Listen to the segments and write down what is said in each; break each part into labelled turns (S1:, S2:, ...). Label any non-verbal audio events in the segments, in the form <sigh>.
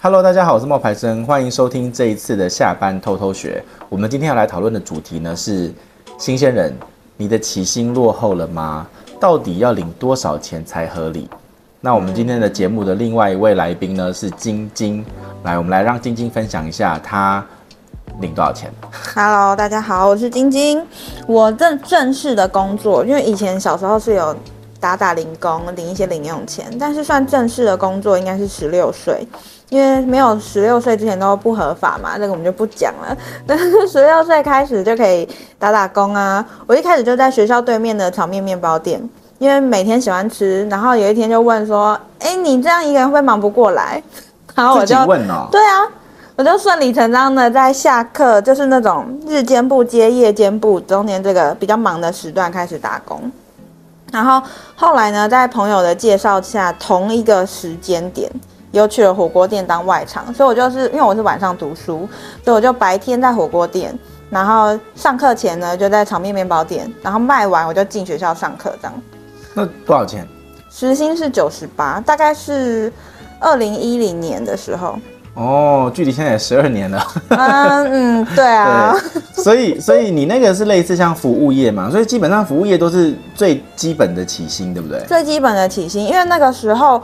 S1: Hello，大家好，我是冒牌生，欢迎收听这一次的下班偷偷学。我们今天要来讨论的主题呢是：新鲜人，你的起薪落后了吗？到底要领多少钱才合理？那我们今天的节目的另外一位来宾呢是晶晶，来，我们来让晶晶分享一下她领多少钱。
S2: Hello，大家好，我是晶晶。我正正式的工作，因为以前小时候是有打打零工，领一些零用钱，但是算正式的工作应该是十六岁，因为没有十六岁之前都不合法嘛，这个我们就不讲了。 <laughs> 但是十六岁开始就可以打打工啊。我一开始就在学校对面的炒面面包店，因为每天喜欢吃，然后有一天就问说：“哎、你这样一个人会不会忙不过来？” <laughs> 然后我
S1: 自
S2: 就
S1: 己问哦，
S2: 对啊，我就顺理成章的在下课，就是那种日间部接夜间部中间这个比较忙的时段开始打工。然后后来呢，在朋友的介绍下，同一个时间点又去了火锅店当外场，所以我就是因为我是晚上读书，所以我就白天在火锅店，然后上课前呢就在炒面面包店，然后卖完我就进学校上课这样。
S1: 那多少钱？
S2: 时薪是九十八，大概是二零一零年的时候。
S1: 哦，距离现在也十二年了。
S2: 嗯嗯，对啊。
S1: 对，所以所以你那个是类似像服务业嘛，所以基本上服务业都是最基本的起薪，对不对？
S2: 最基本的起薪，因为那个时候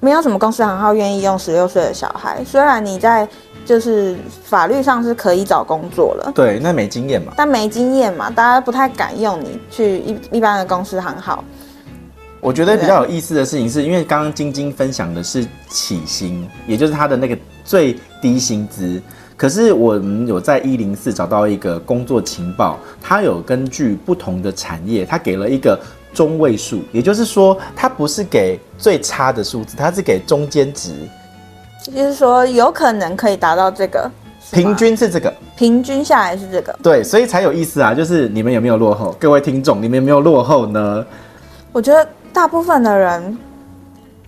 S2: 没有什么公司行号愿意用十六岁的小孩。虽然你在就是法律上是可以找工作了，
S1: 对，那没经验嘛。
S2: 但没经验嘛，大家不太敢用你去一一般的公司行号。
S1: 我觉得比较有意思的事情是，因为刚刚晶晶分享的是起薪，也就是她的那个最低薪资。可是我们有在一零四找到一个工作情报，它有根据不同的产业，它给了一个中位数，也就是说，它不是给最差的数字，它是给中间值，
S2: 就是说，有可能可以达到这个是吗
S1: 平均是这个。
S2: 平均下来是这个。
S1: 对，所以才有意思啊！就是你们有没有落后？各位听众，你们有没有落后呢？
S2: 我觉得大部分的人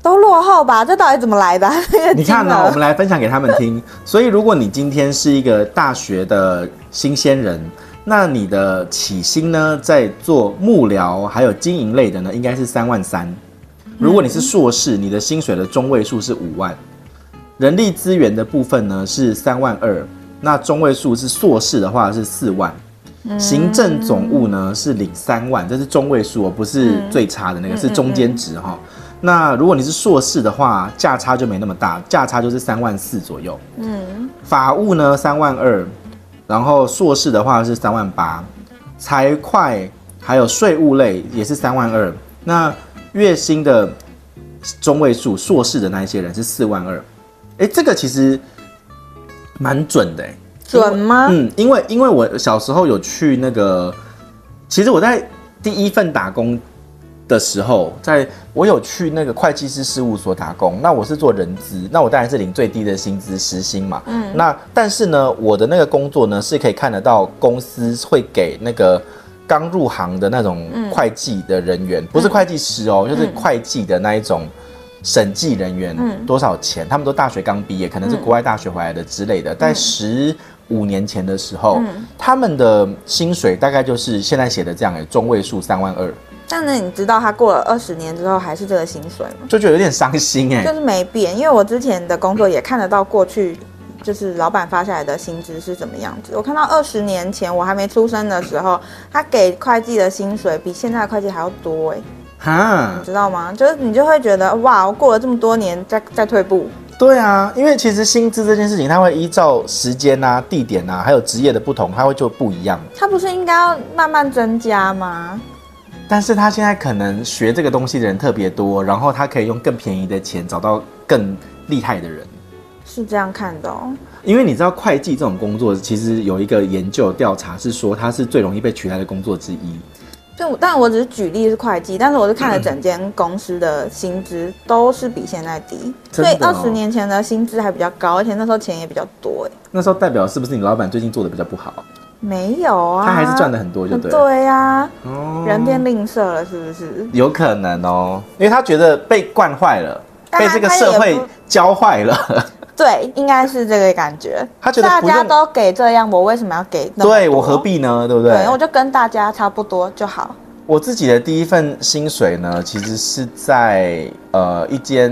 S2: 都落后吧，这到底怎么来的啊？这 <laughs> 个
S1: 你看
S2: 金
S1: 呢、
S2: 额
S1: 我们来分享给他们听。所以，如果你今天是一个大学的新鲜人，那你的起薪呢，在做幕僚还有经营类的呢，应该是三万三。如果你是硕士，你的薪水的中位数是五万。人力资源的部分呢是三万二，那中位数是硕士的话是四万。行政总务呢是领三万，这是中位数哦，不是最差的那个，是中间值哈、那如果你是硕士的话，价差就没那么大，价差就是三万四左右。
S2: 嗯，
S1: 法务呢三万二，然后硕士的话是三万八，财会还有税务类也是三万二。那月薪的中位数，硕士的那一些人是四万二。哎，这个其实蛮准的诶
S2: 准吗？
S1: 嗯，因为因为我小时候有去那个，其实我在第一份打工的时候，在我有去那个会计师事务所打工，那我是做人资，那我当然是领最低的薪资时薪嘛。嗯，那但是呢，我的那个工作呢是可以看得到公司会给那个。刚入行的那种会计的人员，不是会计师哦，就是会计的那一种审计人员多少钱？他们都大学刚毕业，可能是国外大学回来的之类的。在十五年前的时候，他们的薪水大概就是现在写的这样、欸，中位数三万二，
S2: 但是你知道他过了二十年之后还是这个薪水吗？
S1: 就觉得有点伤心哎、
S2: 就是没变，因为我之前的工作也看得到过去，就是老板发下来的薪资是怎么样子。我看到二十年前我还没出生的时候，他给会计的薪水比现在的会计还要多哎，
S1: 哈
S2: 你，知道吗？就是你就会觉得哇，我过了这么多年在在退步，
S1: 对啊，因为其实薪资这件事情，它会依照时间啊、地点啊，还有职业的不同，它会就不一样。
S2: 他不是应该要慢慢增加吗？
S1: 但是他现在可能学这个东西的人特别多，然后他可以用更便宜的钱找到更厉害的人。
S2: 是这样看的哦，
S1: 因为你知道会计这种工作，其实有一个研究调查是说，它是最容易被取代的工作之一。
S2: 就我但我只是举例是会计，但是我是
S1: 嗯
S2: 看了整间公司的薪资都是比现在低，
S1: 真
S2: 所
S1: 的
S2: 以
S1: 哦
S2: 二十年前的薪资还比较高，而且那时候钱也比较多哎。
S1: 那时候代表是不是你老板最近做的比较不好？
S2: 没有啊，
S1: 他还是赚的很多，就对了。
S2: 对呀、
S1: 哦
S2: 人变吝啬了是不是？
S1: 有可能哦，因为他觉得被惯坏了，
S2: 但
S1: 被
S2: 他
S1: 这个社
S2: 他
S1: 会
S2: 也不
S1: 教坏了。
S2: 对，应该是这个感觉。
S1: 他觉得
S2: 大
S1: 不用
S2: 家都给这样，我为什么要给那么
S1: <laughs>
S2: 多？
S1: 对我何？必呢？对不对？
S2: 对，我就跟大家差不多就好。
S1: 我自己的第一份薪水呢，其实是在呃一间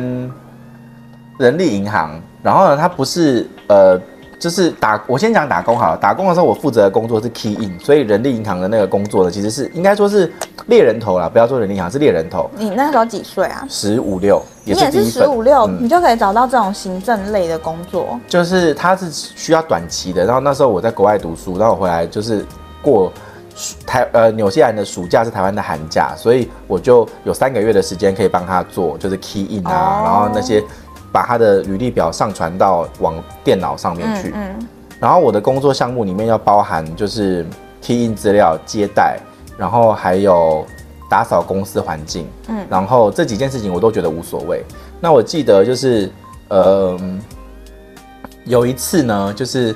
S1: 人力银行，然后呢，它不是呃，就是打我先讲打工好了。打工的时候，我负责的工作是 key in，所以人力银行的那个工作呢，其实是应该说是猎人头啦，不要说人力银行是猎人头，
S2: 你那时候几岁啊？
S1: 十五六也
S2: 你
S1: 是
S2: 也
S1: 第
S2: 是
S1: 一
S2: 十
S1: 份，
S2: 五六，
S1: 嗯
S2: 你就可以找到这种行政类的工作。
S1: 就是它是需要短期的。然后那时候我在国外读书，然后我回来就是过暑台呃纽西兰的暑假是台湾的寒假，所以我就有三个月的时间可以帮他做，就是 key in 啊，
S2: 哦
S1: 然后那些把他的履历表上传到往电脑上面去。
S2: 嗯嗯，
S1: 然后我的工作项目里面要包含就是 key in 资料、接待，然后还有打扫公司环境，
S2: 嗯
S1: 然后这几件事情我都觉得无所谓。那我记得就是，呃，有一次呢，就是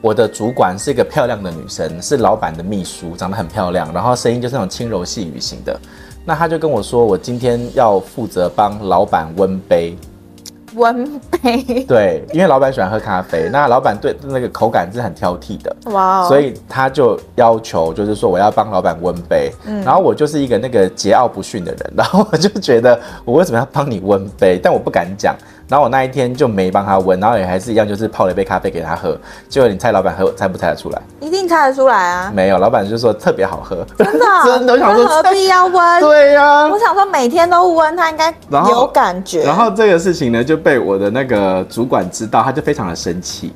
S1: 我的主管是一个漂亮的女生，是老板的秘书，长得很漂亮，然后声音就是那种轻柔细语型的。那她就跟我说，我今天要负责帮老板温杯，
S2: 温杯，
S1: 对，因为老板喜欢喝咖啡，那老板对那个口感是很挑剔的，
S2: 哇哦！
S1: 所以他就要求，就是说我要帮老板温杯，
S2: 嗯
S1: 然后我就是一个那个桀骜不驯的人， <laughs> 然后我就觉得我为什么要帮你温杯？但我不敢讲，然后我那一天就没帮他温，然后也还是一样，就是泡了一杯咖啡给他喝，结果你猜老板喝猜不猜得出来？
S2: 一定猜得出来啊，
S1: 没有，老板就说特别好
S2: <laughs>
S1: 喝，
S2: 真的
S1: 真的我想说
S2: 那何必要温？
S1: 对呀、
S2: 我想说每天都温，他应该
S1: 然后
S2: 有感觉。
S1: <laughs> 然后这个事情呢，就被我的那个主管知道，他就非常的生气，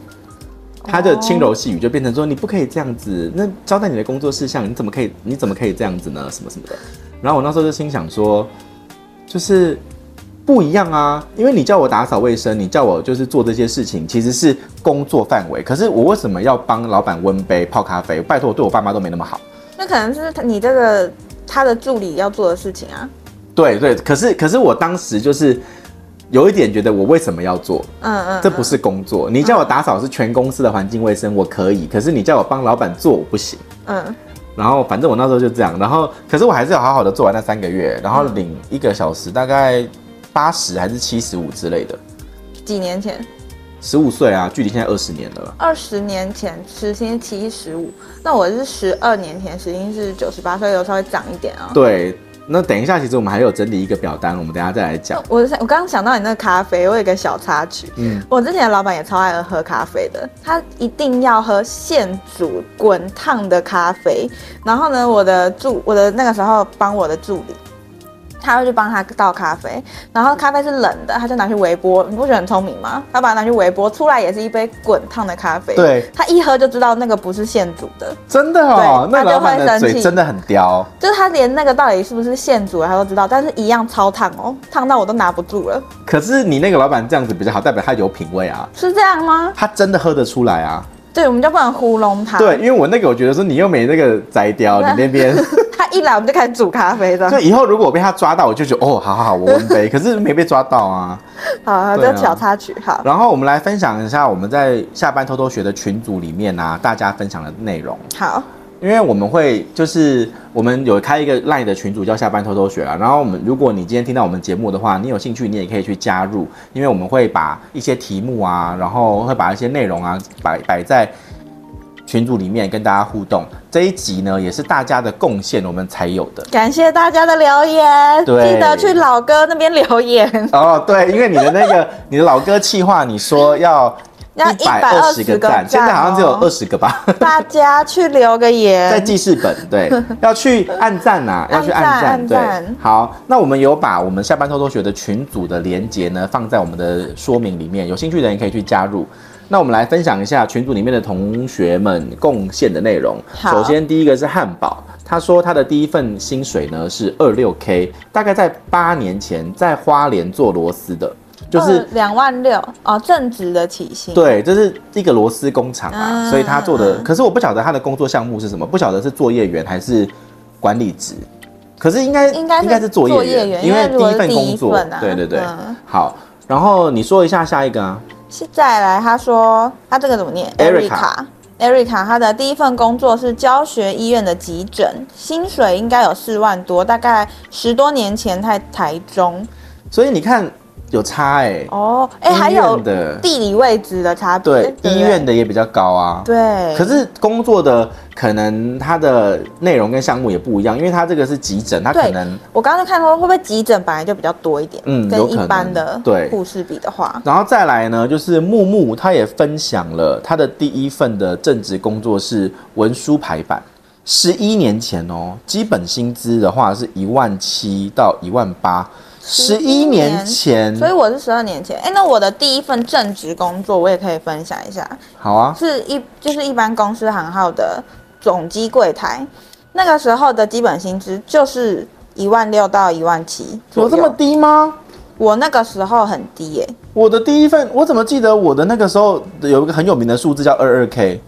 S1: 他的轻柔细语就变成说：“你不可以这样子，那交代你的工作事项，你怎么可以，你怎么可以这样子呢？什么什么的。”然后我那时候就心想说，就是不一样啊，因为你叫我打扫卫生，你叫我就是做这些事情，其实是工作范围，可是我为什么要帮老板温杯泡咖啡？拜托，我对我爸妈都没那么好。
S2: 那可能是你这个他的助理要做的事情啊。
S1: 对对，可是可是我当时就是有一点觉得我为什么要做，
S2: 嗯嗯，
S1: 这不是工作。你叫我打扫是全公司的环境卫生，我可以；可是你叫我帮老板做，我不行。
S2: 嗯
S1: 然后反正我那时候就这样，然后可是我还是有好好的做完那三个月，然后
S2: 嗯
S1: 领一个小时大概八十还是七十五之类的。
S2: 嗯几年前，
S1: 十五岁啊，距离现在二十年了。
S2: 二十年前时薪七十五，那我是十二年前时薪是九十八，所以有稍微涨一点啊。
S1: 对，那等一下，其实我们还有整理一个表单，我们等一下再来讲。
S2: 我是我刚刚想到你那个咖啡，我有一个小插曲。
S1: 嗯
S2: 我之前的老板也超爱喝咖啡的，他一定要喝现煮滚烫的咖啡。然后呢，我的助我的那个时候帮我的助理，他会去帮他倒咖啡，然后咖啡是冷的，他就拿去微波。你不觉得很聪明吗？他把它拿去微波，出来也是一杯滚烫的咖啡。
S1: 对，
S2: 他一喝就知道那个不是现煮的，
S1: 真的哦，
S2: 对
S1: 那老板的
S2: 他就会生
S1: 嘴
S2: 气
S1: 真的很刁。
S2: 就是他连那个到底是不是现煮的他都知道，但是一样超烫哦，烫到我都拿不住了。
S1: 可是你那个老板这样子比较好，代表他有品味啊，
S2: 是这样吗？
S1: 他真的喝得出来啊。
S2: 对，我们就不能糊弄他。
S1: 对，因为我那个我觉得说你又没那个摘
S2: <laughs>
S1: 雕，你那边。
S2: 他一来我们就开始煮咖啡的
S1: <laughs> 所。以以后如果我被他抓到，我就觉得哦，好好好，我温杯。可是没被抓到啊。
S2: 好，好
S1: 对啊
S2: 这小插曲，好，
S1: 然后我们来分享一下我们在下班偷偷学的群组里面啊，大家分享的内容。
S2: 好，
S1: 因为我们会就是我们有开一个 LINE 的群组叫下班偷偷学啊，然后我们如果你今天听到我们节目的话，你有兴趣你也可以去加入，因为我们会把一些题目啊，然后会把一些内容啊摆摆在群组里面跟大家互动。这一集呢也是大家的贡献，我们才有的。
S2: 感谢大家的留言，
S1: 对
S2: 记得去老哥那边留言，
S1: 哦，对，因为你的那个 <laughs> 你的老歌气话，你说要
S2: 要
S1: 120
S2: 120
S1: 个
S2: 个
S1: 赞，现在好像只有
S2: 赞哦
S1: 二十个
S2: <laughs>
S1: 吧，
S2: 大家去留个
S1: 在
S2: 言。
S1: 记事本，
S2: <laughs>
S1: 对，要去按赞呐、要去按赞，
S2: 按
S1: 对
S2: 赞按赞，
S1: 好，那我们有把我们下班偷偷学的群组的连接呢放在我们的说明里面，有兴趣的人可以去加入。那我们来分享一下群组里面的同学们贡献的内容。
S2: 好
S1: 首先第一个是汉堡，他说他的第一份薪水呢是二六 K，大概在八年前在花莲做螺丝的，就是
S2: 两万六哦，正职的起薪。，
S1: 对，这是一个螺丝工厂啊，
S2: 嗯
S1: 所以他做的，
S2: 嗯
S1: 可是我不晓得他的工作项目是什么，不晓得是作业员还是管理职，可是应该
S2: 应该是
S1: 作
S2: 作
S1: 业员，
S2: 业员
S1: 因为
S2: 因为如果
S1: 第一份
S2: 是第一
S1: 工作，
S2: 份啊
S1: 对对对，
S2: 嗯
S1: 好，然后你说一下下一个啊，
S2: 是再来，他说他这个怎么念
S1: Erica
S2: Erica，她的第一份工作是教学医院的急诊，薪水应该有四万多，大概十多年前在台中。
S1: 所以你看有差哎、
S2: 哦，哎、还
S1: 医
S2: 有
S1: 院的
S2: 地理位置的差别，
S1: 对，
S2: 不
S1: 医院的也比较高啊。
S2: 对，
S1: 可是工作的可能它的内容跟项目也不一样，因为它这个是急诊，它可
S2: 对
S1: 能，
S2: 我刚刚就看说会不会急诊本来就比较多一点，
S1: 嗯有
S2: 跟
S1: 可
S2: 一
S1: 能
S2: 般的
S1: 对
S2: 护士比的话，
S1: 然后再来呢，就是木木他也分享了他的第一份的正职工作是文书排版，十一年前哦，基本薪资的话是一万七到一万八，十一
S2: 11
S1: 年前，
S2: 所以我是十二年前。哎、那我的第一份正职工作我也可以分享一下，
S1: 好啊，
S2: 是一就是一般公司行号的总机柜台，那个时候的基本薪资就是一万六到一万七左
S1: 有
S2: 右。
S1: 这么低吗？
S2: 我那个时候很低耶、
S1: 我的第一份，我怎么记得我的那个时候有一个很有名的数字叫二二 K，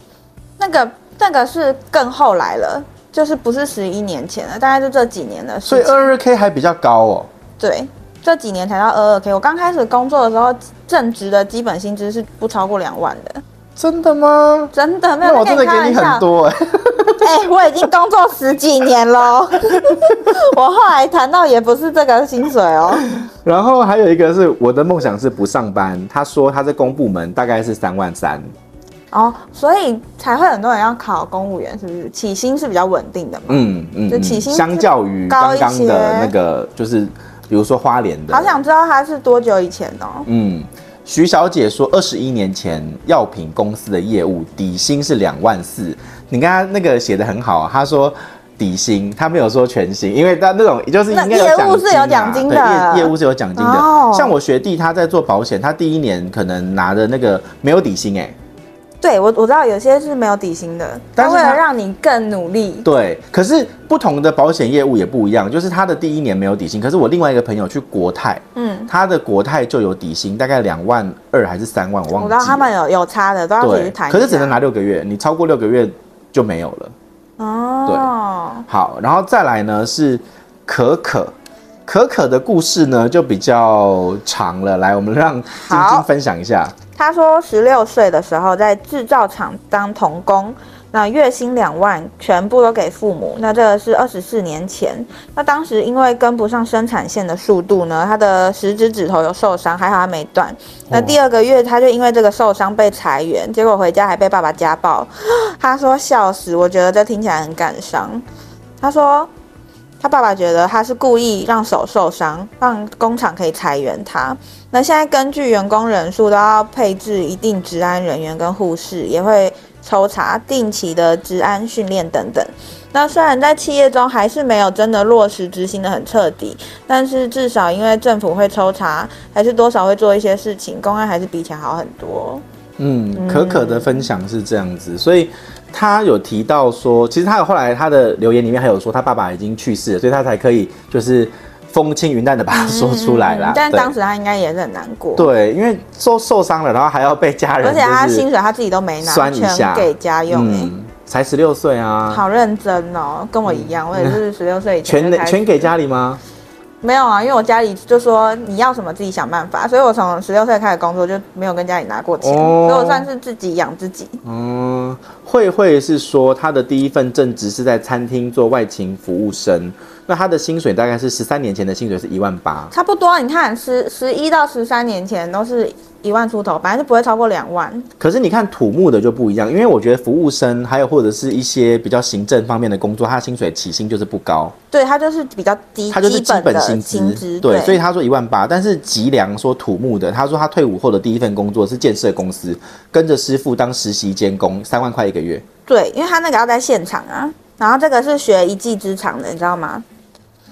S2: 那个那个是更后来了，就是不是十一年前了，大概就这几年的事
S1: 所以
S2: 情。
S1: 二二 K 还比较高哦。
S2: 对，这几年才到二二 K。我刚开始工作的时候，正职的基本薪资是不超过两万的，
S1: 真的吗？
S2: 真的没
S1: 那
S2: 有在
S1: 我真
S2: 跟
S1: 的给
S2: 你开玩
S1: 你
S2: 笑
S1: 很。多哎、
S2: 哎、我已经工作十几年 <laughs> 喽，我后来谈到也不是这个薪水哦。
S1: 然后还有一个是我的梦想是不上班，他说他在公部门大概是三万三，
S2: 哦，所以才会很多人要考公务员，是不是？起薪是比较稳定的嘛。
S1: 嗯嗯，
S2: 就
S1: 嗯
S2: 起薪
S1: 相较于
S2: 高
S1: 刚
S2: 一
S1: 刚
S2: 些
S1: 的那个就是比如说花莲的，
S2: 好想知道他是多久以前哦？
S1: 嗯。徐小姐说，二十一年前药品公司的业务底薪是两万四。你看她那个写的很好、啊，她说底薪，她没有说全薪，因为她那种就是应
S2: 那
S1: 该有
S2: 业务是有奖金
S1: 金
S2: 的
S1: 啊对业业务是有奖金的。
S2: 哦
S1: 像我学弟他在做保险，他第一年可能拿的那个没有底薪哎、
S2: 对，我我知道有些是没有底薪的，
S1: 但
S2: 但
S1: 是
S2: 为
S1: 他
S2: 了让你更努力，
S1: 对，可是不同的保险业务也不一样，就是他的第一年没有底薪，可是我另外一个朋友去国泰，
S2: 嗯，
S1: 他的国泰就有底薪，大概两万二还是三万，我
S2: 我
S1: 忘
S2: 知
S1: 记了。
S2: 道他们有有差的，都要自己
S1: 对
S2: 去，谈一下。
S1: 可是只能拿六个月，你超过六个月就没有了。
S2: 哦，
S1: 好，然后再来呢是可可，可可的故事呢就比较长了，来，我们让晶晶
S2: 好
S1: 分享一下。
S2: 他说十六岁的时候在制造厂当童工，那月薪两万，全部都给父母。那这个是二十四年前。那当时因为跟不上生产线的速度呢，他的食指指头有受伤，还好他没断。那第二个月他就因为这个受伤被裁员，结果回家还被爸爸家暴。 <gasps> 他说笑死，我觉得这听起来很感伤。他说。他爸爸觉得他是故意让手受伤，让工厂可以裁员他。那现在根据员工人数都要配置一定治安人员跟护士，也会抽查定期的治安训练等等。那虽然在企业中还是没有真的落实执行的很彻底，但是至少因为政府会抽查，还是多少会做一些事情，公安还是比以前好很多。
S1: 嗯，可可的分享是这样子，所以他有提到说，其实他有后来他的留言里面还有说，他爸爸已经去世了，所以他才可以就是风轻云淡的把它说出来啦。
S2: 嗯但
S1: 对
S2: 当时他应该也是很难过，
S1: 对，因为受受伤了，然后还要被家人，
S2: 而且他薪水他自己都没拿，
S1: 酸一下
S2: 全给家用、欸
S1: 嗯，才十六岁啊，
S2: 好认真哦，跟我一样，我也是十六岁以
S1: 嗯
S2: 前
S1: 全
S2: 就开始
S1: 全给家里吗？
S2: 没有啊，因为我家里就说你要什么自己想办法，所以我从十六岁开始工作就没有跟家里拿过钱，
S1: 哦
S2: 所以我算是自己养自己。
S1: 嗯，慧慧是说她的第一份正职是在餐厅做外勤服务生，那她的薪水大概是十三年前的薪水是一万八，
S2: 差不多，啊你看十十一到十三年前都是一万出头，反正就不会超过两万。
S1: 可是你看土木的就不一样，因为我觉得服务生还有或者是一些比较行政方面的工作，他薪水起薪就是不高，
S2: 对，它就是比较低，
S1: 他就是基
S2: 本
S1: 本
S2: 的
S1: 薪
S2: 薪
S1: 资。
S2: 对，
S1: 所以他说一万八。但是吉良说土木的，他说他退伍后的第一份工作是建设公司，跟着师傅当实习监工，三万块一个月。
S2: 对，因为他那个要在现场啊，然后这个是学一技之长的，你知道吗？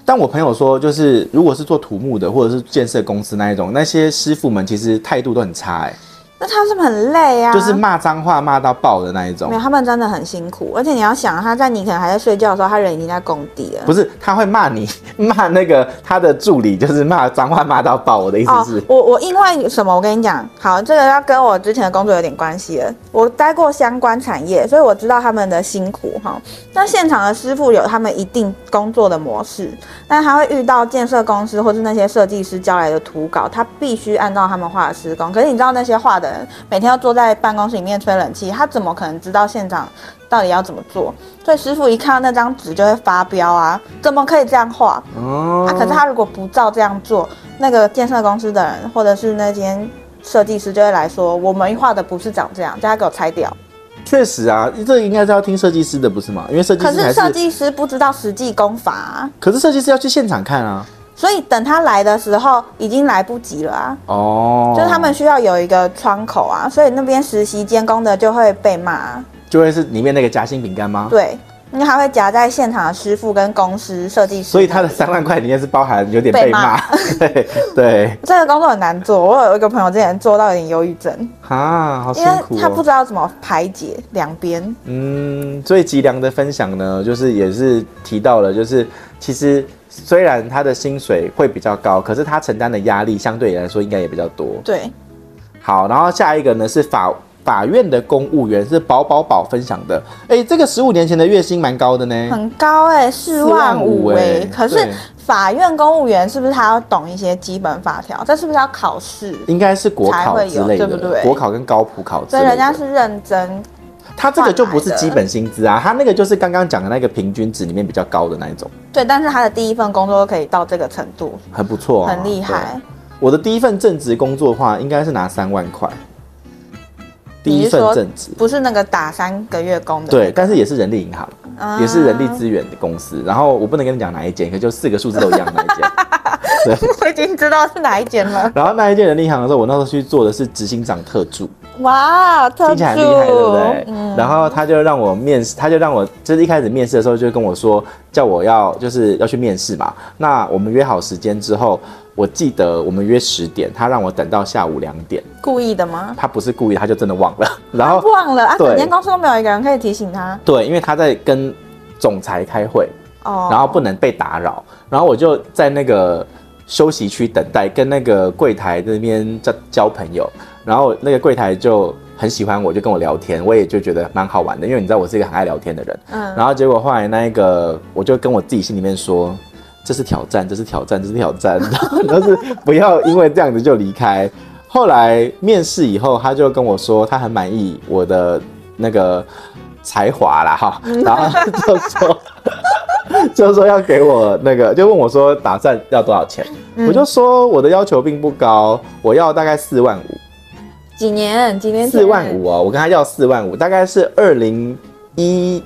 S1: 但我朋友说，就是如果是做土木的或者是建设公司那一种，那些师傅们其实态度都很差、欸，
S2: 那他是不是很累啊？
S1: 就是骂脏话骂到爆的那一种
S2: 没有，。他们真的很辛苦，而且你要想，他在你可能还在睡觉的时候，他人已经在工地了。
S1: 不是，他会骂你，骂那个他的助理，就是骂脏话骂到爆。我的意思
S2: 哦
S1: 是，，
S2: 我我因为什么？我跟你讲，好，这个要跟我之前的工作有点关系了。我待过相关产业，所以我知道他们的辛苦哈。那现场的师傅有他们一定工作的模式，但他会遇到建设公司或是那些设计师交来的图稿，他必须按照他们画的施工。可是你知道那些画的人每天要坐在办公室里面吹冷气，他怎么可能知道现场到底要怎么做？所以师傅一看到那张纸就会发飙啊，怎么可以这样画？
S1: 哦、
S2: 啊，可是他如果不照这样做，那个建设公司的人或者是那间设计师就会来说，我们画的不是长这样，叫他给我拆掉。
S1: 确实啊，这应该是要听设计师的，不是吗？因为设计
S2: 可
S1: 师还
S2: 是
S1: 是，
S2: 设计师不知道实际功法、啊，
S1: 可是设计师要去现场看啊。
S2: 所以等他来的时候已经来不及了啊。
S1: 哦，
S2: 就是他们需要有一个窗口啊，所以那边实习监工的就会被骂啊，
S1: 就会是里面那个夹心饼干吗？
S2: 对，因为他会夹在现场的师傅跟公司设计师，
S1: 所以他的三万块里面是包含有点
S2: 被
S1: 被骂，
S2: <laughs>
S1: 对对，
S2: 这个工作很难做。我有一个朋友之前做到有点忧郁症，
S1: 啊，好辛
S2: 因为
S1: 苦、哦。
S2: 他不知道怎么排解两边。
S1: 嗯，所以吉良的分享呢，就是也是提到了，就是其实虽然他的薪水会比较高，可是他承担的压力相对来说应该也比较多。
S2: 对，
S1: 好，然后下一个呢是法法院的公务员，是宝宝宝分享的。哎，这个十五年前的月薪蛮高的呢，
S2: 很高哎、四万五
S1: 45,000
S2: 哎、
S1: 欸
S2: 可是
S1: 对
S2: 法院公务员是不是他要懂一些基本法条？这是不是要考试？
S1: 应该是国考之类
S2: 才会有对
S1: 的，
S2: 不对
S1: 国考跟高普考之
S2: 所以
S1: 类的。
S2: 人家是认真，
S1: 他这个就不是基本薪资啊，他那个就是刚刚讲的那个平均值里面比较高的那一种，
S2: 对，但是他的第一份工作可以到这个程度，
S1: 很不错、啊，
S2: 很厉害。
S1: 对。我的第一份正职工作的话，应该是拿三万块，第一份正职。
S2: 不是那个打三个月工的，
S1: 对，但是也是人力银行，
S2: 啊
S1: 也是人力 <laughs> 资源的公司。然后我不能跟你讲哪一间，可就四个数字都一样的那一间。
S2: <laughs> 我已经知道是哪一间
S1: <laughs>
S2: 了。
S1: 然后那一间人力银行的时候，我那时候去做的是执行长特助，
S2: 哇，特
S1: 听
S2: 嗯助
S1: 起来很厉害，对不对？然后他就让我面试，他就让我就是一开始面试的时候就跟我说，叫我要就是要去面试嘛。那我们约好时间之后，我记得我们约十点，他让我等到下午两点，
S2: 故意的吗？
S1: 他不是故意，他就真的忘了。然后
S2: 忘了啊，
S1: 对
S2: 整间公司都没有一个人可以提醒他
S1: 对，因为他在跟总裁开会，
S2: 哦。
S1: 然后不能被打扰，然后我就在那个休息区等待，跟那个柜台那边交交朋友，然后那个柜台就很喜欢我，就跟我聊天，我也就觉得蛮好玩的，因为你知道我是一个很爱聊天的人，
S2: 嗯，
S1: 然后结果后来那一个我就跟我自己心里面说。这是挑战，这是挑战，这是挑战， <laughs> 然后就是不要因为这样子就离开。后来面试以后，他就跟我说他很满意我的那个才华啦，哈，然后就说 <laughs> 就说要给我那个，就问我说打算要多少钱，我就说我的要求并不高，我要大概四万五，
S2: 几年？几年？
S1: 四万。五哦，我跟他要四万五，大概是二零一。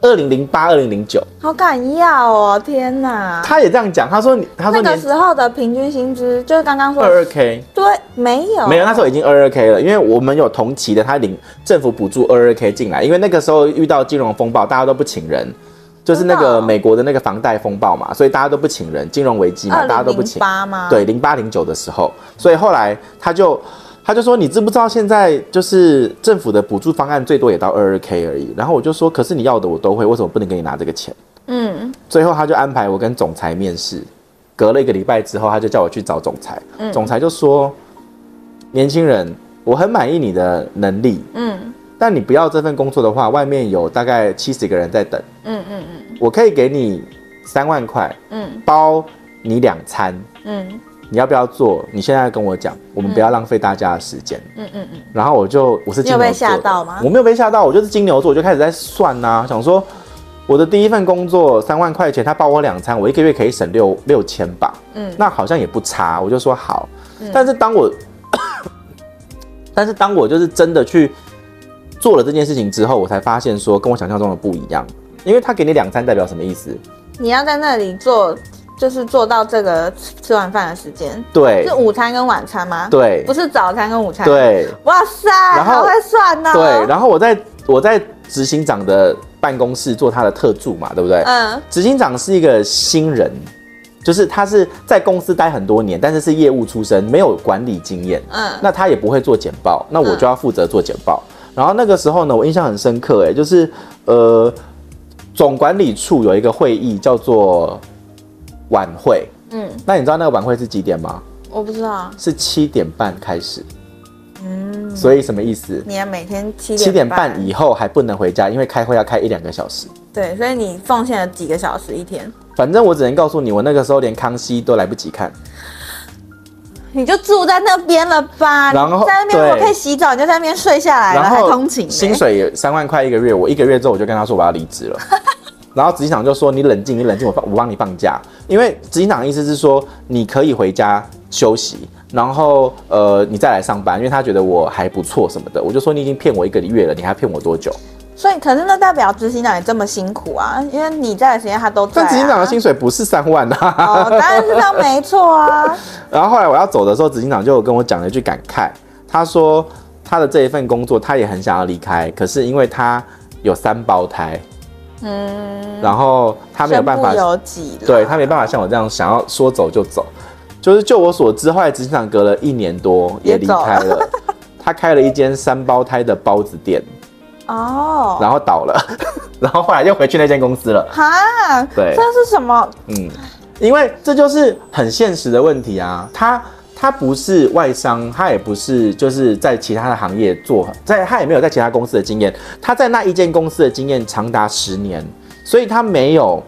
S1: 二零零八、二零零九，
S2: 好敢要哦！天哪，
S1: 他也这样讲。他说你，他说
S2: 那个
S1: 年
S2: 时候的平均薪资就是刚刚说
S1: 二二 k
S2: 对，没有
S1: 没有，那时候已经二二 k 了，因为我们有同期的，他领政府补助二二 k 进来，因为那个时候遇到金融风暴，大家都不请人，就是那
S2: 真的
S1: 个
S2: 哦
S1: 美国的那个房贷风暴嘛，所以大家都不请人，金融危机嘛，大家
S2: 二
S1: 都
S2: 零
S1: 不
S2: 零
S1: 请。
S2: 八吗？
S1: 对，，零八零九的时候，所以后来他就他就说，你知不知道现在就是政府的补助方案最多也到二二 k 而已。然后我就说，可是你要的我都会，为什么不能给你拿这个钱？
S2: 嗯，
S1: 最后他就安排我跟总裁面试，隔了一个礼拜之后，他就叫我去找总裁。总裁就说：“年轻人，我很满意你的能力，
S2: 嗯，
S1: 但你不要这份工作的话，外面有大概七十个人在等。
S2: 嗯嗯
S1: 我可以给你三万块，
S2: 嗯
S1: 包你两餐。
S2: 嗯
S1: 你要不要做？你现在跟我讲，我们不要浪费大家的时间。
S2: 嗯嗯嗯，
S1: 然后我就我是
S2: 你
S1: 金
S2: 有
S1: 牛座
S2: 被
S1: 的，
S2: 吓到吗
S1: 我没有被吓到，我就是金牛座，我就开始在算呐、想说我的第一份工作三万块钱，他包我两餐，我一个月可以省六六千吧，
S2: 嗯
S1: 那好像也不差，我就说好。但是当我， <coughs> 但是当我就是真的去做了这件事情之后，我才发现说跟我想象中的不一样，因为他给你两餐代表什么意思？
S2: 你要在那里做，就是做到这个吃吃完饭的时间，
S1: 对
S2: 是午餐跟晚餐吗？，
S1: 对
S2: 不是早餐跟午餐。，
S1: 对
S2: 哇塞，
S1: 然
S2: 好
S1: 后
S2: 会算哦呢。
S1: 对，然后我在我在执行长的办公室做他的特助嘛，对不对？
S2: 嗯，
S1: 执行长是一个新人，就是他是在公司待很多年，但是是业务出身，没有管理经验。
S2: 嗯
S1: 那他也不会做简报，那我就要负责做简报。然后那个时候呢，我印象很深刻、欸，哎，就是呃，总管理处有一个会议叫做晚会。
S2: 嗯，
S1: 那你知道那个晚会是几点吗？
S2: 我不知道，
S1: 是七点半开始。
S2: 嗯，
S1: 所以什么意思？
S2: 你要每天七
S1: 七点
S2: 点
S1: 半以后还不能回家，因为开会要开一两个小时。
S2: 对，所以你奉献了几个小时一天，
S1: 反正我只能告诉你，我那个时候连康熙都来不及看。
S2: 你就住在那边了吧？
S1: 然后
S2: 在那边
S1: 对
S2: 我可以洗澡，你哎就在那边睡下来了，
S1: 然
S2: 还
S1: 后
S2: 通勤呢、
S1: 薪水也三万块一个月，我一个月之后我就跟他说我要离职了。
S2: 啊
S1: 然后执行长就说：“你冷静，你冷静，我放我帮你放假。因为执行长的意思是说，你可以回家休息，然后呃，你再来上班。因为他觉得我还不错什么的，我就说你已经骗我一个月了，你还骗我多久？
S2: 所以可是那代表执行长也这么辛苦啊，因为你在的时间他都在、啊。
S1: 但执行长的薪水不是三万啊。
S2: 哦，当然是这样没
S1: <laughs>
S2: 错啊。
S1: 然后后来我要走的时候，执行长就有跟我讲了一句感慨，他说他的这一份工作他也很想要离开，可是因为他有三胞胎，
S2: 嗯，
S1: 然后他没有办法
S2: 身不由己啦
S1: 对他没办法像我这样想要说走就走。就是就我所知，后来执行长隔了一年多也
S2: 也
S1: 离
S2: 走了
S1: 开了， <laughs> 他开了一间三胞胎的包子店，
S2: 哦。
S1: 然后倒了， <laughs> 然后后来又回去那间公司了。
S2: 哈，
S1: 对
S2: 这是什么？
S1: 嗯，因为这就是很现实的问题啊。他他不是外商，他也不是就是在其他的行业做，在他也没有在其他公司的经验，他在那一间公司的经验长达十年，所以他没有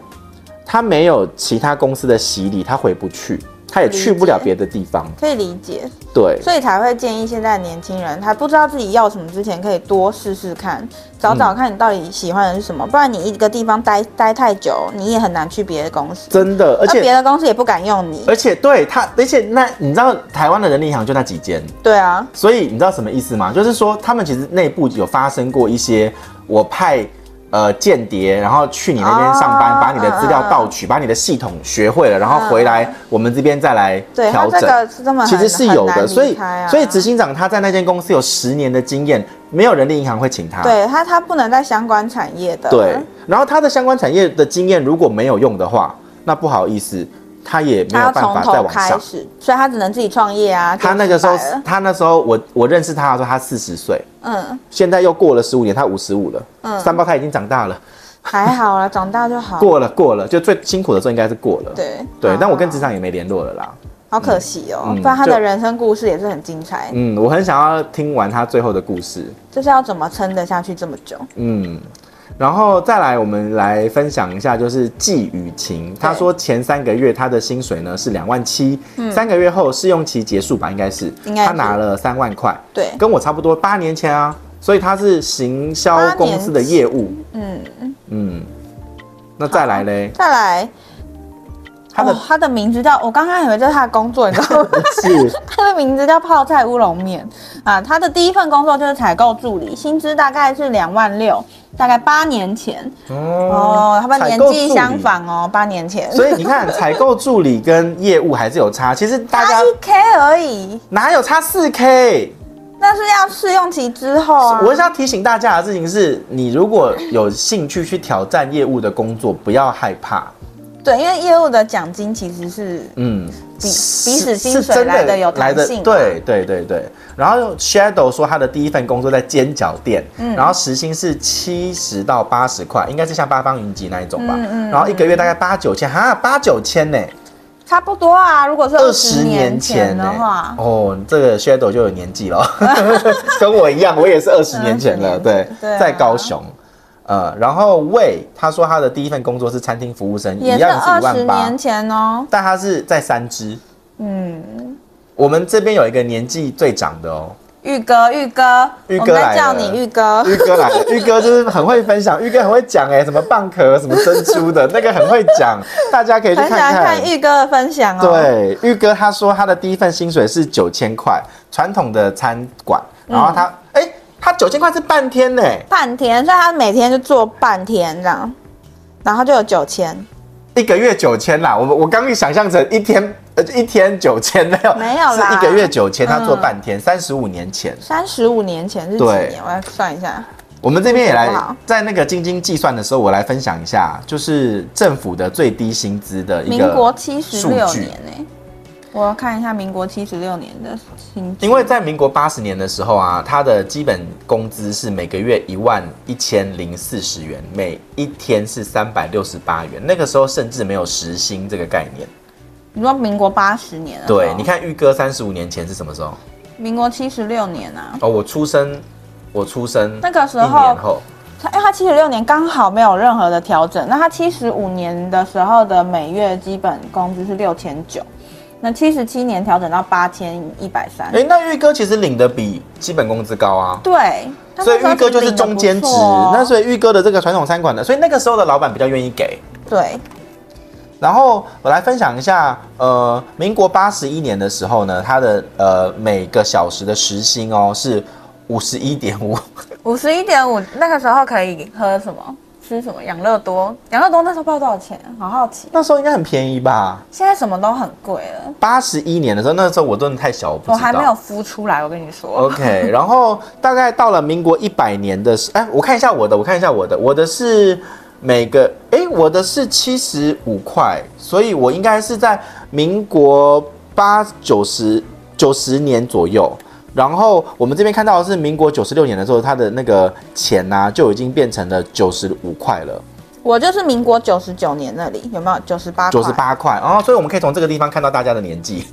S1: 他没有其他公司的洗礼，他回不去，他也去不了别的地方。
S2: 可以理解，
S1: 对，
S2: 所以才会建议现在的年轻人还不知道自己要什么之前，可以多试试看，找找看你到底喜欢的是什么。不然你一个地方待待太久，你也很难去别的公司，
S1: 真的，而
S2: 而别
S1: 且
S2: 的公司也不敢用你。
S1: 而且对他，而且那你知道台湾的人力银行就那几间，
S2: 对啊，
S1: 所以你知道什么意思吗？就是说他们其实内部有发生过一些，我派呃间谍，然后去你那边上班，
S2: 哦
S1: 把你的资料盗
S2: 啊
S1: 取，把你的系统学会了，然后回来我们这边再来
S2: 对，他
S1: 调
S2: 这
S1: 整。
S2: 个是这么
S1: 其实是有的，所以所以执
S2: 行
S1: 行长他在那间公司有十年的经验，没有人力银行会请他。
S2: 对他他不能在相关产业的，
S1: 对，然后他的相关产业的经验如果没有用的话，那不好意思，他也没
S2: 他
S1: 有
S2: 要
S1: 办
S2: 从
S1: 法再
S2: 头
S1: 往
S2: 开
S1: 上。
S2: 始，所以他只能自己创业啊。
S1: 他那个时候
S2: 就失败了，
S1: 他那时候我我认识他的时候，他四十岁。
S2: 嗯，
S1: 现在又过了十五年，他五十五了，
S2: 嗯
S1: 三胞胎已经长大了，
S2: 还好啦，长大就好。
S1: <laughs> 过了过了，就最辛苦的时候应该是过了。
S2: 对啊
S1: 对，但我跟
S2: 好
S1: 职场也没联络了啦。
S2: 好可惜哦，
S1: 嗯
S2: 不然他
S1: 就
S2: 的人生故事也是很精彩。
S1: 嗯，我很想要听完他最后的故事。
S2: 就是要怎么撑得下去这么久？
S1: 嗯，然后再来，我们来分享一下，就是季雨晴，他说前三个月他的薪水呢是两万七、三个月后试用期结束吧，应该是，
S2: 嗯应该是
S1: 他拿了三万块，
S2: 对，
S1: 跟我差不多，八年前啊，所以他是行销
S2: 八年
S1: 公司的业务。
S2: 嗯，
S1: 嗯，那再来嘞，
S2: 再来，
S1: 他的
S2: 哦、他的名字叫我刚刚以为这是他的工作，你知道吗？
S1: <laughs> 是。
S2: 他的名字叫泡菜乌龙面啊。他的第一份工作就是采购助理，薪资大概是两万六，大概八年前哦，他们年纪相。仿哦，八年前， <laughs>
S1: 所以你看，采购助理跟业务还是有差。其实大家
S2: 他一 k 而已，
S1: 哪有差四 k？、
S2: 但是要试用期之后啊，
S1: 我是要提醒大家的事情是，你如果有兴趣去挑战业务的工作，不要害怕。
S2: 对，因为业务的奖金其实是
S1: 嗯，
S2: 比
S1: 是
S2: 比起薪水
S1: 是真
S2: 来得有弹
S1: 来得
S2: 性啊
S1: 对对对对。然后 Shadow 说他的第一份工作在煎饺店，
S2: 嗯
S1: 然后时薪是七十到八十块，应该是像八方云集那一种吧。
S2: 嗯嗯
S1: 然后一个月大概八九千，哈，八九千呢，
S2: 差不多啊。如果是
S1: 二
S2: 二
S1: 十
S2: 十
S1: 年
S2: 年
S1: 前
S2: 前
S1: 呢、
S2: 的话，
S1: 哦，这个 Shadow 就有年纪了， <laughs> 跟我一样，我也是二十年前了，
S2: 20年前
S1: 对，
S2: 对啊
S1: 在高雄。呃，然后魏他说他的第一份工作是餐厅服务生，
S2: 也
S1: 一
S2: 是
S1: 样是
S2: 二
S1: 一
S2: 十
S1: 万八
S2: 年，前哦。
S1: 但他是在三支。
S2: 嗯，
S1: 我们这边有一个年纪最长的哦，
S2: 玉哥，玉哥，
S1: 玉
S2: 我
S1: 哥
S2: 们
S1: 来
S2: 在叫
S1: 了
S2: 你玉哥。
S1: 玉哥来了，玉 <laughs> 哥就是很会分享，玉哥很会讲哎、什么蚌壳、什么珍珠的，那个很会讲，大家可以去
S2: 很
S1: 看
S2: 想看玉哥的分享哦。，
S1: 对，玉哥他说他的第一份薪水是九千块，传统的餐馆，然后他，哎、他九千块是半天呢、
S2: 半天，所以他每天就做半天这样，然后就有九千。
S1: 一个月九千啦。我我刚想象成一天，呃，一天九千没有，
S2: 没有啦
S1: 是一个月九千，他做
S2: 嗯
S1: 半天，三十五年前。
S2: 三十五年前是几
S1: 对
S2: 年？我来算一下。
S1: 我们这边也来
S2: 好，
S1: 在那个晶晶计算的时候，我来分享一下，就是政府的最低薪资的一
S2: 民
S1: 个
S2: 国七十
S1: 数
S2: 六
S1: 据
S2: 年呢、我要看一下民国七十六年的薪资。
S1: 因为在民国八十年的时候啊，他的基本工资是每个月一万一千零四十元，每一天是三百六十八元。那个时候甚至没有时薪这个概念。
S2: 嗯你说民国八十年了，
S1: 对，你，看玉哥三十五年前是什么时候？
S2: 民国七十六年啊，
S1: 哦，我出生，我出生
S2: 那个时
S1: 一年
S2: 候
S1: 后，
S2: 他哎因为他七十六年刚好没有任何的调整，那他七十五年的时候的每月基本工资是六千九，那七十七年调整到八千一百三，
S1: 哎、那玉哥其实领的比基本工资高啊，
S2: 对，他
S1: 所以
S2: 那时候
S1: 玉哥就是
S2: 领得不
S1: 中间值。
S2: 错哦
S1: 那所以玉哥的这个传统餐馆的，所以那个时候的老板比较愿意给。
S2: 对，
S1: 然后我来分享一下，呃，民国八十一年的时候呢，他的呃每个小时的时薪哦是五十一点五，
S2: 五十一点五，那个时候可以喝什么？吃什么？养乐多，养乐多那时候不知道多少钱，好好奇。
S1: 那时候应该很便宜吧？
S2: 现在什么都很贵了，
S1: 八十一年的时候，那时候我真的太小，我不知
S2: 我
S1: 道。哦
S2: 还没有孵出来，我跟你说。
S1: OK，然后大概到了民国一百年的时，哎，我看一下我的，我看一下我的，我的是每个，哎，我的是七十五块，所以我应该是在民国八九十九十年左右。然后我们这边看到的是民国九十六年的时候，它的那个钱呐、就已经变成了九十五块了，
S2: 我就是民国九十九年那里，有没有九十八？
S1: 九十。八块哦，所以我们可以从这个地方看到大家的年
S2: <laughs>
S1: 纪。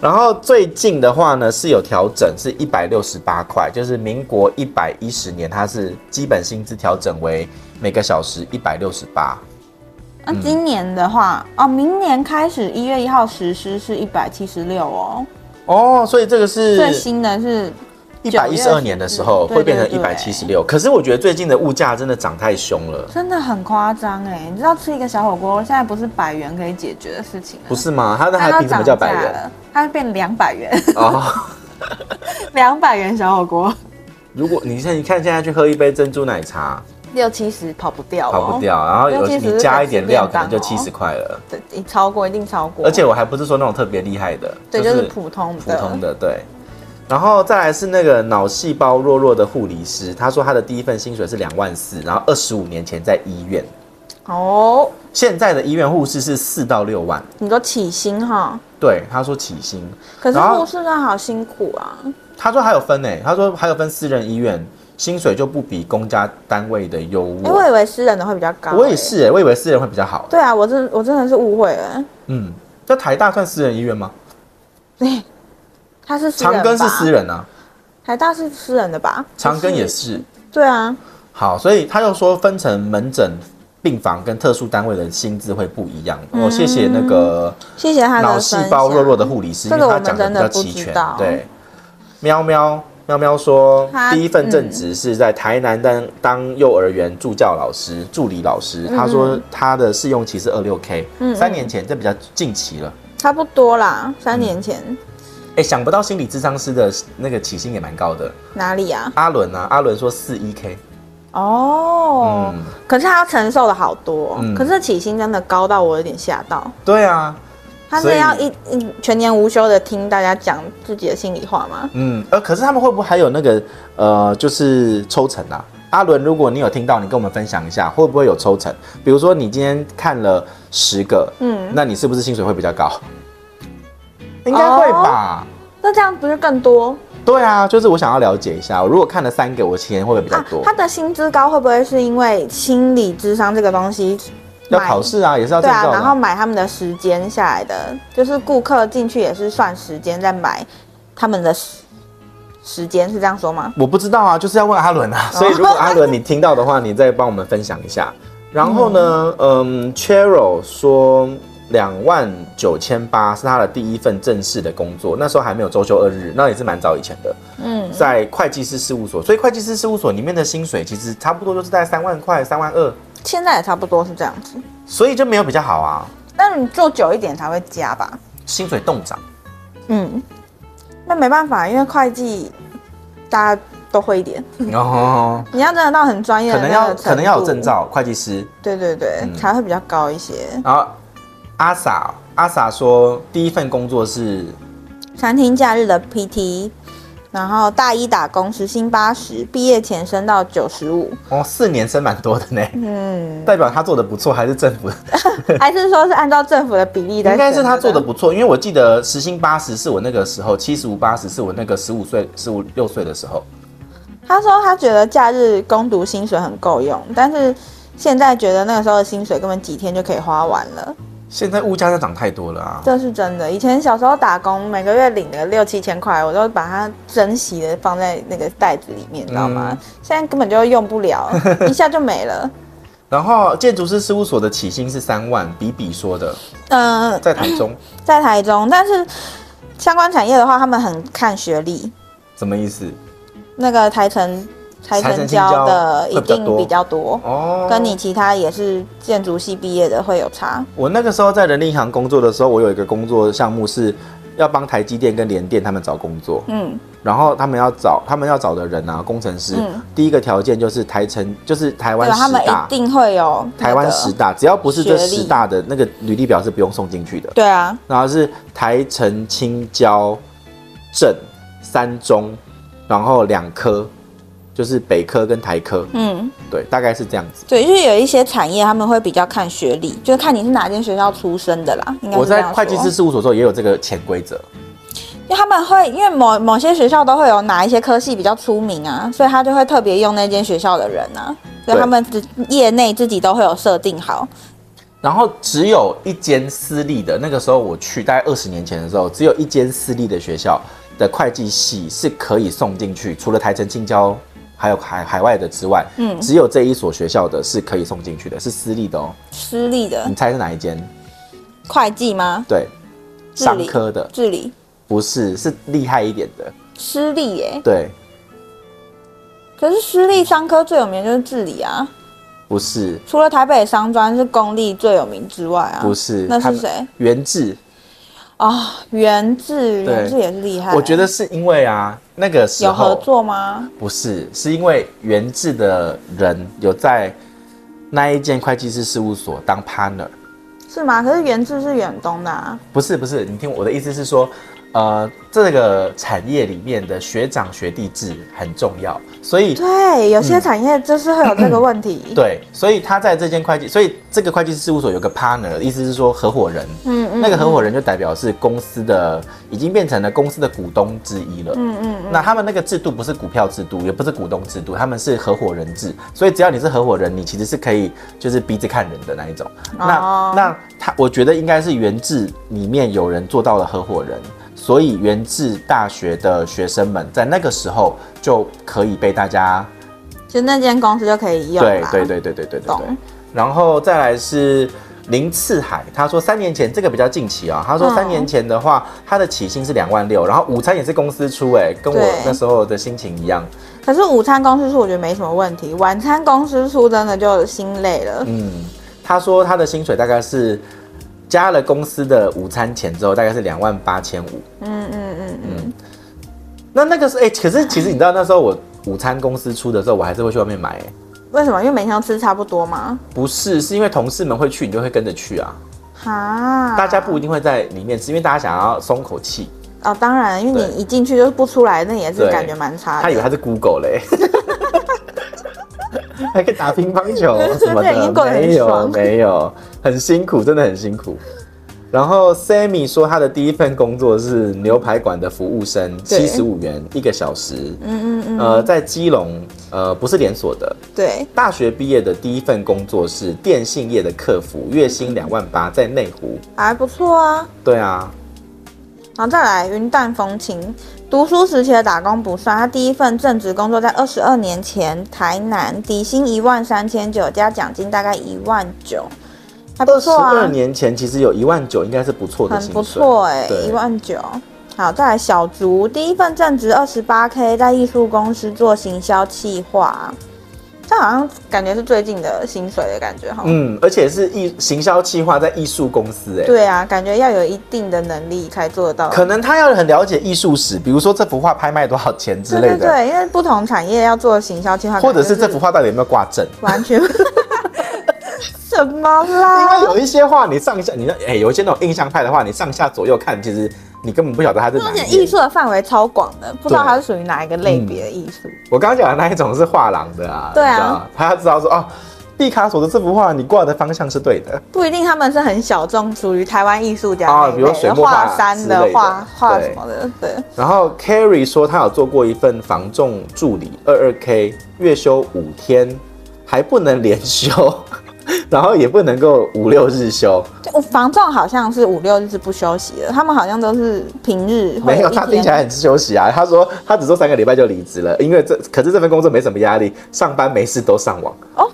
S1: 然后最近的话呢是有调整，是一百六十八块，就是民国一百一十年，它是基本薪资调整为每个小时一百六十八。
S2: 那
S1: 嗯
S2: 今年的话，哦，明年开始一月一号实施是一百七十六哦，
S1: 哦，所以这个是
S2: 最新的是
S1: 一百一十二年的时候
S2: 对对
S1: 会变成
S2: 对
S1: 一百七十六，可是我觉得最近的物价真的涨太凶了，
S2: 真的很夸张哎，你知道吃一个小火锅现在不是百元可以解决的事情了，
S1: 不是吗？它那
S2: 它
S1: 还
S2: 要
S1: 凭什么
S2: 涨
S1: 叫百
S2: 价
S1: 元？
S2: 了，它变两百元， <laughs>
S1: 哦，
S2: 两百元小火锅
S1: 如果你现在你看现在去喝一杯珍珠奶茶，
S2: 六七十跑不掉、哦，
S1: 跑不。掉，然后有
S2: 尤其是
S1: 你加一点料，可能就
S2: 便
S1: 七
S2: 当哦
S1: 十块了。
S2: 对，超过一定超过，
S1: 而且我还不是说那种特别厉害的，
S2: 对，就是普通
S1: 普
S2: 的，
S1: 通的，对。然后再来是那个脑细胞弱弱的护理师，他说他的第一份薪水是两万四，然后二十五年前在医院，
S2: 哦。
S1: 现在的医院护士是四到六万，
S2: 你说起薪哈，
S1: 对，他说起薪，
S2: 可是
S1: 然后
S2: 护士真的好辛苦啊。
S1: 他说还有分诶，他说还有分私人医院，薪水就不比公家单位的优渥。
S2: 哎、我以为私人的会比较高、
S1: 我也
S2: 哎。
S1: 是诶，欸我以为私人会比较好。
S2: 对啊，我真我真的是误会了， <laughs>
S1: 嗯，那台大算私人医院吗？
S2: 他是私人吧
S1: 长庚是私，人啊，
S2: 台大是私人的吧？
S1: 长庚也
S2: 不。
S1: 是。
S2: 对啊，
S1: 好，所以他又说分成门诊、病房跟特殊单位的薪资会不一样。我、谢谢那个
S2: 谢嗯谢他的
S1: 脑
S2: 分
S1: 细
S2: 享
S1: 胞弱弱的护理师，
S2: 这
S1: 因
S2: 个
S1: 为
S2: 我
S1: 他讲
S2: 们
S1: 得
S2: 真
S1: 比
S2: 的
S1: 较
S2: 不
S1: 齐
S2: 知
S1: 全
S2: 道。。
S1: 对，喵喵喵喵说，
S2: 他
S1: 第一份正职是在台南当当幼儿园助教老师、助理老师。
S2: 嗯
S1: 他说他的试用期是二六 K，三年前，这比较近期了。
S2: 差不多啦，三年前、
S1: 哎，想不到心理智商师的那个起薪也蛮高的。
S2: 哪里啊？
S1: 阿伦啊，阿伦说四一 K，
S2: 哦，
S1: 嗯
S2: 可是他承受了好多，
S1: 嗯
S2: 可是起薪真的高到我有点吓到。
S1: 对啊，
S2: 他
S1: 所
S2: 是
S1: 以
S2: 要一一全年无休的听大家讲自己的心里话吗？
S1: 嗯，呃，可是他们会不会还有那个呃，就是抽成啊？阿伦，如果你有听到，你跟我们分享一下，会不会有抽成？比如说你今天看了十个，嗯，那你是不是薪水会比较高？应该会
S2: 哦
S1: 吧。
S2: 那这样不是更多
S1: 对啊，就是我想要了解一下，我如果看了三个，我钱会不会比较
S2: 啊
S1: 多？？
S2: 他的薪资高会不会是因为心理智商这个东西
S1: 要
S2: 买
S1: 考试啊，也是要
S2: 对
S1: 证
S2: 啊，
S1: 照的
S2: 然
S1: 啊、
S2: 后买他们的时间下来的，就是顾客进去也是算时间在买他们的时时间，是这样说吗？
S1: 我不知道啊，就是要问阿伦啊。
S2: 哦
S1: 所以如果阿伦你听到的话，你再帮我们分享一下。然后呢，嗯 c h e r y l 说两万九千八是他的第一份正式的工作，那时候还没有周休二日，那也是蛮早以前的。嗯，在会计师事务所，所以会计师事务所里面的薪水其实差不多都是在三万块、三万二，
S2: 现在也差不多是这样子，
S1: 所以就没有比较好啊，
S2: 但你做久一点才会加吧？
S1: 薪水动涨。
S2: 嗯，那没办法，因为会计大家都会一点，
S1: 哦，
S2: 你要真的到很专业
S1: 可
S2: 嗯啊的那
S1: 能
S2: 个
S1: 要可能要有
S2: 程度
S1: 证，照，会计师。
S2: 对对对，
S1: 嗯
S2: 才会比较高一些。
S1: 然后阿 sa 阿 sa 说，第一份工作是
S2: 餐厅假日的 PT，然后大一打工时薪八十，毕业前升到九十五，
S1: 哦，四年升蛮多的呢，
S2: 嗯，
S1: 代表他做的不错，还是政府？
S2: 还是说是按照政府的比例在
S1: 应
S2: 升？
S1: 该是他做的不错，因为我记得时薪八十是我那个时候，七十五八十是我那个十五岁、十五六岁的时候。
S2: 他说他觉得假日攻读薪水很够用，但是现在觉得那个时候的薪水根本几天就可以花完了，
S1: 现在物价真的涨太多了啊！
S2: 这是真的。以前小时候打工，每个月领个六七千块，我都把它珍惜的放
S1: 嗯 <laughs>
S2: 在那个袋子里面，你知道吗？现在根本就用不了，一下就没了。
S1: 然后建筑师事务所的起薪是三万，比比说的，
S2: 嗯、
S1: 在台
S2: <laughs>
S1: 中
S2: 在台中，但是相关产业的话，他们很看学历。
S1: 什么意思？
S2: 那个台城台
S1: 台城
S2: 城
S1: 青椒
S2: 交的
S1: 会
S2: 一
S1: 比较
S2: 定
S1: 多
S2: 比较多，
S1: 哦，
S2: 跟你其他也是建筑系毕业的会有差。
S1: 我那个时候在人力银行工作的时候，我有一个工作项目是要帮台积电跟联电他们找工作，
S2: 嗯，
S1: 然后他们要找他们要找的人啊，工程师，
S2: 嗯
S1: 第一个条件就是台城，就是台
S2: 对啊
S1: 湾，
S2: 他
S1: 十
S2: 们
S1: 大
S2: 一，定会有那
S1: 台湾
S2: 个
S1: 十大，只要不是这
S2: 学历
S1: 十大的那个履历表是不用送进去的。
S2: 对啊，
S1: 然后是台城、青椒、镇、三中，然后两科，就是北科跟台科，
S2: 嗯，
S1: 对，大概是这样子。
S2: 对，就是有一些产业他们会比较看学历，就是看你是哪间学校出身的啦。应该是
S1: 我
S2: 这
S1: 在
S2: 样说
S1: 会计师，事务所的时候也有这个潜规则，
S2: 因为他们会因为某某些学校都会有哪一些科系比较出名啊，所以他就会特别用那间学校的人啊，所以
S1: 对
S2: 他们自业内自己都会有设定好。
S1: 然后只有一间私立的，那个时候我去，大概二十年前的时候，只有一间私立的学校的会计系是可以送进去，除了台城、近郊还有海海外的之外，嗯，只有这一所学校的是可以送进去的，是私立的哦。
S2: 私立的
S1: 你猜是哪一间？
S2: 会计吗？
S1: 对，
S2: 治理
S1: 商科的
S2: 治理
S1: 不是，是厉害一点的。
S2: 私立耶、
S1: 对，
S2: 可是私立商科最有名的就是治理啊，
S1: 不是，
S2: 除了台北商专是公立最有名之外啊，
S1: 不是，
S2: 那
S1: 他
S2: 是
S1: 们
S2: 谁？
S1: 袁志，
S2: 啊、袁志，袁志也是厉害。
S1: 我觉得是因为啊，那个时
S2: 哎有合
S1: 候
S2: 作吗？
S1: 不是，是因为袁志的人有在那一间会计师事务所当 partner。
S2: 是吗？可是袁志是远东的啊。
S1: 不是不是，你听我的意思是说，呃，这个产业里面的学长学弟制很重要，所以
S2: 对，有些产业就是会有这个问题。，
S1: 对，所以他在这间会计，所以这个会计师事务所有个 partner，意思是说合伙人，
S2: 嗯嗯
S1: 那个合伙人就代表是公司的，已经变成了公司的股东之一了。嗯嗯。那他们那个制度不是股票制度，也不是股东制度，他们是合伙人制。所以只要你是合伙人，你其实是可以就是鼻子看人的那一种。那、
S2: 哦
S1: 那他，我觉得应该是原制里面有人做到了合伙人。所以原制大学的学生们在那个时候就可以被大家
S2: 就那间公司就可以用
S1: 对
S2: 啦。
S1: 对对对对对对对
S2: 懂。
S1: 然后再来是林次海，他说三年前这个比较近期啊、他说
S2: 嗯
S1: 三年前的话，他的起薪是两万六，然后午餐也是公司出、哎，跟我
S2: 对
S1: 那时候的心情一样。
S2: 可是午餐公司出我觉得没什么问题，晚餐公司出真的就心累了。
S1: 嗯，他说他的薪水大概是加了公司的午餐钱之后，大概是两万八千五。
S2: 嗯嗯嗯嗯，
S1: 那那个是哎、可是其实你知道那时候我午餐公司出的时候，我还是会去外面买、哎
S2: 为什么？因为每天都吃差不多嘛。
S1: 不是，是因为同事们会去，你就会跟着去啊。
S2: 哈，
S1: 大家不一定会在里面吃，因为大家想要松口气。
S2: 哦，当然，因为
S1: 对
S2: 你一进去就不出来，那也是
S1: 对
S2: 感觉蛮差的。
S1: 他以为他是 Google 嘞、 <laughs> 还可以打乒乓球 <laughs> 什么
S2: 这已经过
S1: 的，
S2: 得很
S1: 没有
S2: 爽
S1: 没有，很辛苦，真的很辛苦。然后 Sammy 说，他的第一份工作是牛排馆的服务生，
S2: 对
S1: 七十五元一个小时。
S2: 嗯嗯嗯，
S1: 呃，在基隆，呃，不是连锁的。
S2: 对，
S1: 大学毕业的第一份工作是电信业的客服，月薪两万八，在内湖。
S2: 还不错啊。
S1: 对啊，
S2: 然后再来云淡风轻。读书时期的打工不算，他第一份正职工作在二十二年前台南，底薪一万三千九加奖金大概一万九，还不
S1: 二十
S2: 错
S1: 二
S2: 啊，
S1: 年前其实有一万九，应该是不错的
S2: 很
S1: 薪水。
S2: 不错哎、
S1: 对
S2: 一万九。好，再来小竹，第一份正职二十八 K，在艺术公司做行销企划，这好像感觉是最近的薪水的感觉哈。
S1: 嗯，而且是艺行销企划在艺术公司、哎，
S2: 对啊，感觉要有一定的能力才做得到。
S1: 可能他要很了解艺术史，比如说这幅画拍卖多少钱之类的，
S2: 对对对，因为不同产业要做行销计划，
S1: 或者是
S2: 感觉
S1: 这幅画到底有没有挂证？
S2: 完全
S1: <laughs>
S2: 什么
S1: 因为
S2: 啦？
S1: 有一些画你上下，你那哎、有一些那种印象派的画，你上下左右看，其实你根本不晓得它是
S2: 而
S1: 哪
S2: 且
S1: 一
S2: 啊艺
S1: 页。
S2: 术的范围超广的，不知道
S1: 对
S2: 它是属于哪一个类别的艺术。
S1: 我刚刚讲的那一种是画廊的啊，
S2: 对啊
S1: 你知道，他要知道说哦，毕卡索的这幅画你挂的方向是对的，
S2: 不一定他们是很小众，属于台湾艺术家
S1: 啊
S2: 那一
S1: 比如
S2: 类的
S1: 水墨画
S2: 画山
S1: 之
S2: 的
S1: 类的
S2: 画画
S1: 对
S2: 什么的，对，
S1: 然后 Carrie 说他有做过一份房仲助理，二二 K 月休五天，还不能连休， <laughs> 然后也不能够五六日休。
S2: 就房仲好像是五六日是不休息的，他们好像都是平日会
S1: 没有，
S2: 一
S1: 他
S2: 天
S1: 听起来很休息啊。他说他只做三个礼拜就离职了，因为这可是这份工作没什么压力，上班没事都上网。
S2: 哦，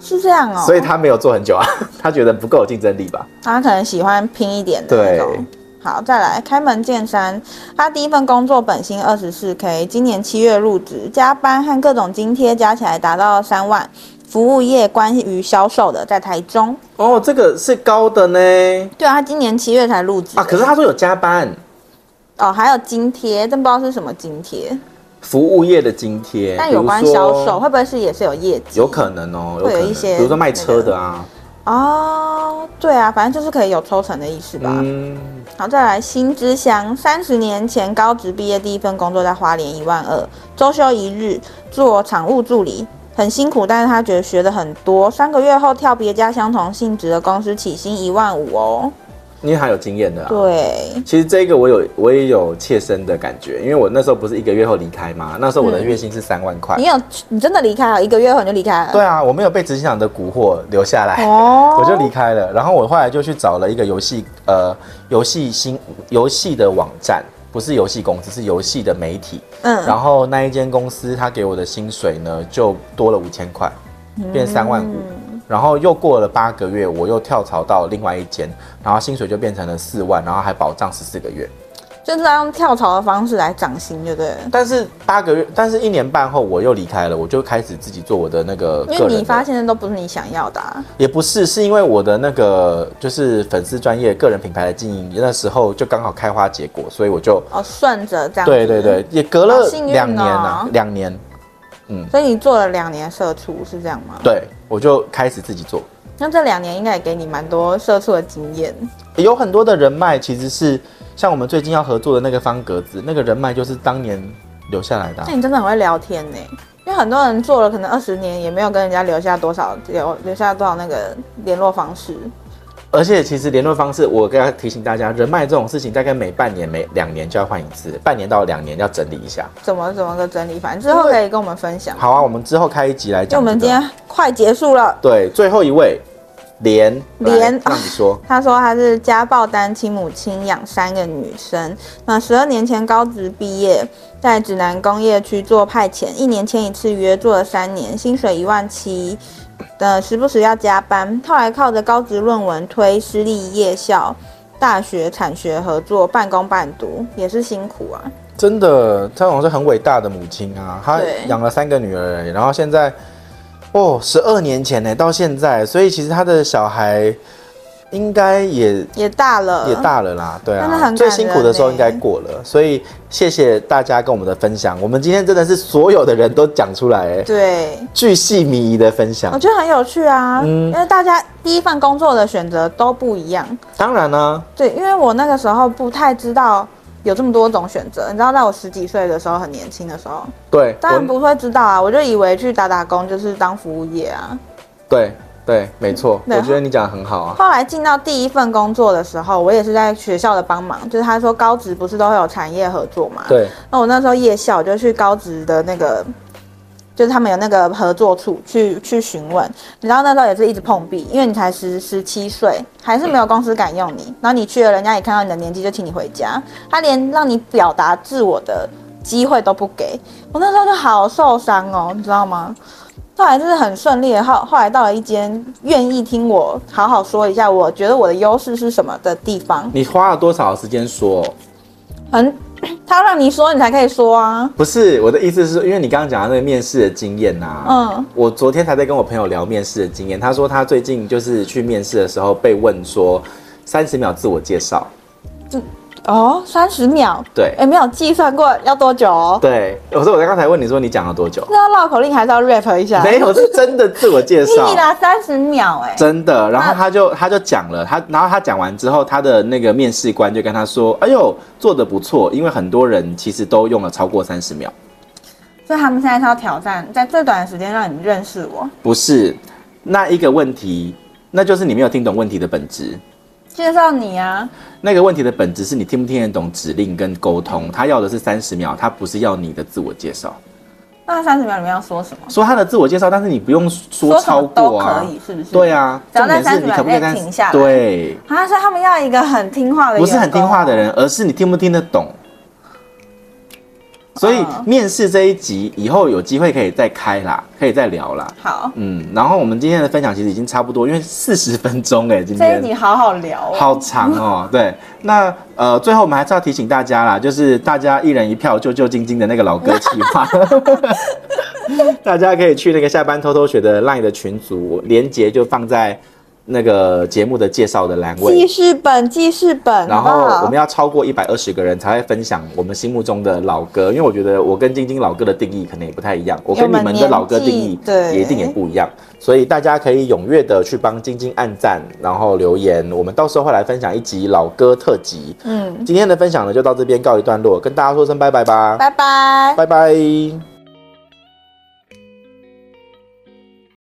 S2: 是这样哦。
S1: 所以他没有做很久啊， <laughs> 他觉得不够有竞争力吧？
S2: 他可能喜欢拼一点的那种。好，再来开门见山，他第一份工作本薪二十四 k，今年七月入职，加班和各种津贴加起来达到三万。服务业关于销售的，在台中。
S1: 哦，这个是高的呢
S2: 对啊，他今年七月才入职
S1: 啊，可是他说有加班，
S2: 哦，还有津贴，真不知道是什么津贴，
S1: 服务业的津贴，
S2: 但有关
S1: 哎比如
S2: 销
S1: 说
S2: 售会不会是也是有业绩？
S1: 有可能哦，有可
S2: 会
S1: 能
S2: 有一些
S1: 比如说卖车的啊，
S2: 哦，对啊，反正就是可以有抽成的意思吧。
S1: 嗯，
S2: 好，再来新之乡，三十年前高职毕业第一份工作在花莲一万二，周休一日做场务助理，很辛苦，但是他觉得学的很多。三个月后跳别家相同性质的公司，起薪一万五哦。
S1: 因为他有经验的啊。
S2: 对，
S1: 其实这个我有我也有切身的感觉，因为我那时候不是一个月后离开嘛，那时候我的月薪是三万块。
S2: 嗯你有你真的离开了，一个月后你就离开了。
S1: 对啊，我没有被执行长的蛊惑留下来，
S2: 哦，
S1: 我就离开了。然后我后来就去找了一个游戏呃游戏新游戏的网站，不是游戏公司，是游戏的媒体。
S2: 嗯，
S1: 然后那一间公司他给我的薪水呢就多了五千块，
S2: 嗯
S1: 变三万五。然后又过了八个月，我又跳槽到另外一间，然后薪水就变成了四万，然后还保障十四个月。
S2: 就是要用跳槽的方式来涨薪，就对了。
S1: 但是八个月，但是一年半后我又离开了，我就开始自己做我的那个
S2: 因
S1: 个
S2: 为
S1: 人
S2: 你发
S1: 的，
S2: 现的都不是你想要的、啊，
S1: 也不是，是因为我的那个就是粉丝专业个人品牌的经营，那时候就刚好开花结果，所以我就
S2: 哦，顺着这样。
S1: 对对。对，也隔
S2: 好
S1: 了
S2: 幸运
S1: 两年
S2: 哦
S1: 啊，两年，
S2: 所以你做了两年社畜是这样吗？
S1: 对我就开始自己做，
S2: 那这两年应该也给你蛮多社畜的经验。
S1: 有很多的人脉其实是像我们最近要合作的那个方格子，那个人脉就是当年留下来的啊、
S2: 那你真的很会聊天呢、因为很多人做了可能二十年也没有跟人家留下多少留留下多少那个联络方式。
S1: 而且其实联络方式，我跟他提醒大家，人脉这种事情大概每半年、每两年就要换一次，半年到两年要整理一下。
S2: 怎么怎么个整理法，之后可以跟我们分享。
S1: 好啊，我们之后开一集来
S2: 因为
S1: 讲、
S2: 我
S1: 这个。
S2: 们今天快结束了。
S1: 对最后一位连
S2: 连
S1: 来让你说，
S2: 他说他是家暴单亲母亲养三个女生，那十二年前高职毕业，在指南工业区做派遣，一年签一次约，做了三年，薪水一万七，呃，时不时要加班。后来靠着高职论文推私立夜校、大学产学合作，半工半读，也是辛苦啊。
S1: <laughs> 真的，她好像是很伟大的母亲啊，她
S2: 对
S1: 养了三个女儿，然后现在哦，十二年前呢，到现在，所以其实她的小孩应该也
S2: 也大了，
S1: 也大了啦，对
S2: 啊真的很感
S1: 啊，
S2: 人
S1: 最辛苦的时候
S2: 欸
S1: 应该过了，所以谢谢大家跟我们的分享。我们今天真的是所有的人都讲出来、
S2: 哦
S1: 欸，
S2: 对，
S1: 巨细靡遗的分
S2: 我
S1: 享。
S2: 觉得很有趣啊，
S1: 嗯
S2: 因为大家第一份工作的选择都不一样。
S1: 当然啦、啊
S2: 对，因为我那个时候不太知道有这么多种选择，你知道，在我十几岁的时候，很年轻的时候，
S1: 对，
S2: 当然
S1: 我
S2: 不会知道啊，我就以为去打打工就是当服务业啊。
S1: 对对，没
S2: <laughs>
S1: 错，
S2: 对
S1: 我觉得你讲的很好啊。
S2: 后来进到第一份工作的时候，我也是在学校的帮忙，就是他说高职不是都会有产业合作嘛，
S1: 对，
S2: 那我那时候夜校我就去高职的那个，就是他们有那个合作处去去询问，你知道那时候也是一直碰壁，因为你才十十七岁，还是没有公司敢用你，然后你去了，人家也看到你的年纪就请你回家，他连让你表达自我的机会都不给，我那时候就好受伤哦，你知道吗？后来就是很顺利的，后后来到了一间愿意听我好好说一下，我觉得我的优势是什么的地方，
S1: 你花了多少时间说？
S2: 很， <coughs> 他让你说你才可以说啊，
S1: 不是我的意思是，因为你刚刚讲到那个面试的经验呐、啊
S2: 嗯。
S1: 我昨天才在跟我朋友聊面试的经验，他说他最近就是去面试的时候被问说三十秒自我介绍，
S2: 哦，三十秒，
S1: 对
S2: 哎，没有计算过要多久哦。
S1: 对，我说我在刚才问你说你讲了多久，
S2: 那绕口令还是要 rap 一下？
S1: 没有是真的自我介绍
S2: 屁，啊啦，三十秒哎、
S1: 真的。然后他就他就讲了，他然后他讲完之后，他的那个面试官就跟他说：“哎呦，做的不错，因为很多人其实都用了超过三十秒。”
S2: 所以他们现在是要挑战，在最短的时间让你认识我。
S1: 不是，那一个问题，那就是你没有听懂问题的本质。
S2: 介绍你啊，
S1: 那个问题的本质是你听不听得懂指令跟沟通，他要的是三十秒，他不是要你的自我介绍。
S2: 那三十秒里面要说什么？
S1: 说他的自我介绍，但是你不用说
S2: 什
S1: 超
S2: 么都
S1: 过啊
S2: 可。以，是不是？
S1: 对。啊，
S2: 只要
S1: 重
S2: 在
S1: 点是你可不可以
S2: 30秒内停下来
S1: 对，
S2: 啊，所以他们要一个很听话的，
S1: 不是很听话的。人，而是你听不听得懂。所以
S2: 嗯
S1: 面试这一集以后有机会可以再开啦，可以再聊啦。
S2: 好，
S1: 嗯，然后我们今天的分享其实已经差不多，因为四十分钟哎、今
S2: 这一
S1: 天
S2: 集好好聊、哦。
S1: 好长哦。对，那呃，最后我们还是要提醒大家啦，就是大家一人一票，救救晶晶的那个老歌计划，大家可以去那个下班偷偷学的 LINE 的群组，连接就放在那个节目的介绍的栏
S2: 记
S1: 位。
S2: 事本，记事本，
S1: 然
S2: 好不
S1: 后
S2: 好
S1: 我们要超过一百二十个人才会分享我们心目中的老歌，因为我觉得我跟晶晶老歌的定义可能也不太一样，我跟你们的老歌定义
S2: 因为我们年纪对
S1: 也一定也不一样，所以大家可以踊跃的去帮晶晶按赞，然后留言，我们到时候会来分享一集老歌特辑。
S2: 嗯，
S1: 今天的分享呢就到这边告一段落，跟大家说声拜拜吧，
S2: 拜拜。
S1: 拜拜